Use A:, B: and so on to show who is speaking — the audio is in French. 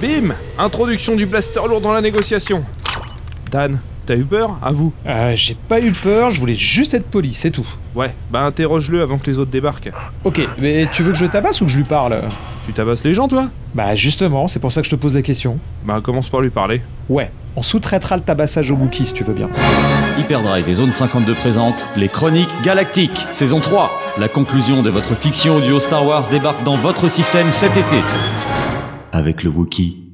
A: Bim Introduction du blaster lourd dans la négociation. Dan, t'as eu peur À vous.
B: Euh, j'ai pas eu peur, je voulais juste être poli, c'est tout.
A: Ouais, bah interroge-le avant que les autres débarquent.
B: Ok, mais tu veux que je tabasse ou que je lui parle
A: Tu tabasses les gens, toi
B: Bah justement, c'est pour ça que je te pose la question.
A: Bah commence par lui parler.
B: Ouais, on sous-traitera le tabassage au Wookie si tu veux bien.
C: Hyperdrive et Zone 52 présentent les Chroniques Galactiques, saison 3. La conclusion de votre fiction audio Star Wars débarque dans votre système cet été. Avec le Wookiee